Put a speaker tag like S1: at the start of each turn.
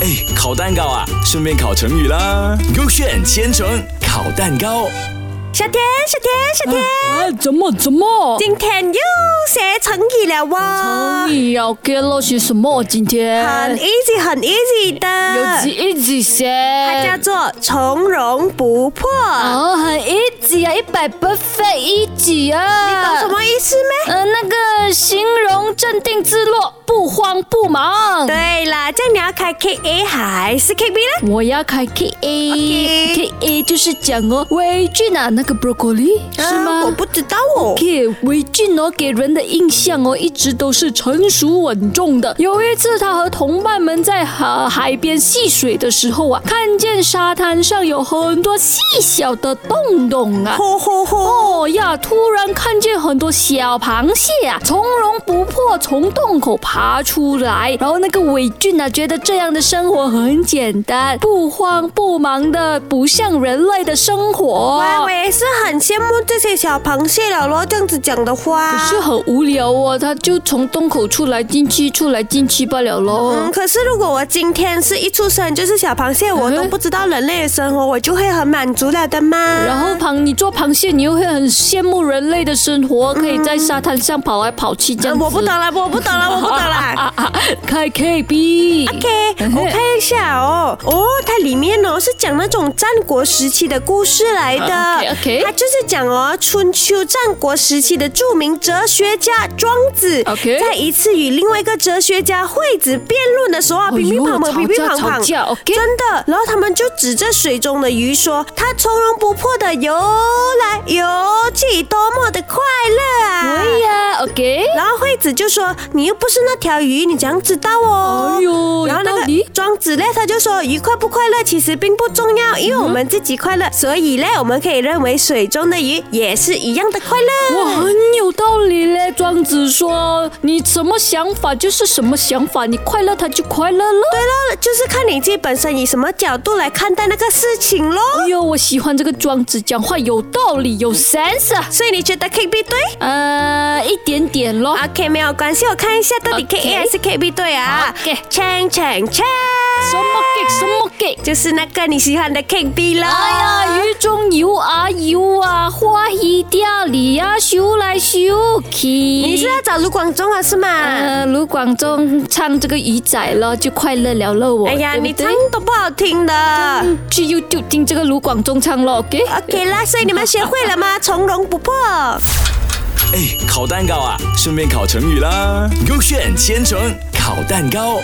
S1: 哎，烤蛋糕啊，顺便烤成语啦。勾选千层烤蛋糕，
S2: 小田，小田，小田，
S3: 哎，怎么怎么？哎
S2: 今天又写成语了哇！
S3: 你要给老师什么？今天
S2: 很 easy，很 easy
S3: 有几
S2: 的，
S3: 一几些？
S2: 它叫做从容不迫。
S3: 哦，很一级啊，一百 perfect 一级啊。
S2: 你懂什？么意思没？
S3: 呃，那个形容镇定自若，不慌不忙。
S2: 对了，这样你要开 K A 还是 K B 呢？
S3: 我要开 K A
S2: OK
S3: K A 就是讲哦，微菌啊，那个 broccoli 是
S2: 啊
S3: 吗
S2: 我？不知道哦。
S3: 给维俊哦，给人的印象哦，一直都是成熟稳重的。有一次，他和同伴们在海海边戏水的时候啊，看见沙滩上有很多细小的洞洞啊。
S2: 吼吼吼！
S3: 哦呀！突然看见很多小螃蟹啊，从容不迫从洞口爬出来。然后那个伟俊啊，觉得这样的生活很简单，不慌不忙的，不像人类的生活。
S2: 哇，我也是很羡慕这些小螃蟹了咯。这样子讲的话，
S3: 可是很无聊哦，他就从洞口出来进去，出来进去罢了
S2: 嗯，
S3: 喽。
S2: 可是如果我今天是一出生就是小螃蟹，我都不知道人类的生活，我就会很满足了的嘛。
S3: 嗯然后螃，你做螃蟹，你又会很羡慕人类的生活，可以在沙滩上跑来跑去这样
S2: 嗯
S3: 子。
S2: 我不懂了，我不懂了，我不懂 了。
S3: 啊啊！开
S2: 啊
S3: KB。
S2: OK，我看一下哦，哦，它里面哦是讲那种战国时期的故事来的，
S3: 啊，OK，OK
S2: 它就是讲哦春秋战国时期的著名哲学家庄子
S3: OK
S2: 在一次与另外一个哲学家惠子辩论的时候啊，
S3: 哎
S2: 乒乒
S3: 呦
S2: 乓乓，
S3: 吵
S2: 乒乒
S3: 架
S2: 乓
S3: 吵架
S2: 乓，
S3: ，OK
S2: 真的，然后他们就指着水中的鱼说，它从容不迫的游来游去，多么的快乐啊！
S3: 对呀，OK。
S2: 然后惠子就说：“你又不是那条鱼，你怎样知道哦？”
S3: 哎呦
S2: 然后那
S3: 有道
S2: 个
S3: 理
S2: 庄子嘞，他就说：“鱼快不快乐其实并不重要，因为我们自己快乐，所以嘞，我们可以认为水中的鱼也是一样的快乐。”
S3: 哇，很有道理嘞！庄子说：“你什么想法就是什么想法，你快乐他就快乐了。”
S2: 对啊了，就是看你自己本身以什么角度来看待那个事情咯。
S3: 哎呦，我喜欢这个庄子讲话有道理，有 sense 啊！
S2: 所以你觉得 K B 对
S3: 呃，一点点咯。
S2: ？OK，没有关系，我看一下到底 K
S3: OK
S2: A 还是 K B 对啊。
S3: OK
S2: Chang Chang Chang，
S3: 什么 gay 什么 gay？
S2: 就是那个你喜欢的 K B 啦。
S3: 哎呀，鱼中游啊游啊，花一掉里啊，游来游去。
S2: 你
S3: 你
S2: 是要找卢广仲啊是吗？
S3: 呃，卢广仲唱这个鱼仔了，就快乐了了我。
S2: 哎呀，
S3: 对不
S2: 你
S3: 对
S2: 唱都不好听的。
S3: 去 YouTube 听这个卢广仲唱了，OK？
S2: OK 啦，所以你们学会了吗？从容不迫。
S1: 哎，烤蛋糕啊，顺便烤成语啦。勾选千层烤蛋糕。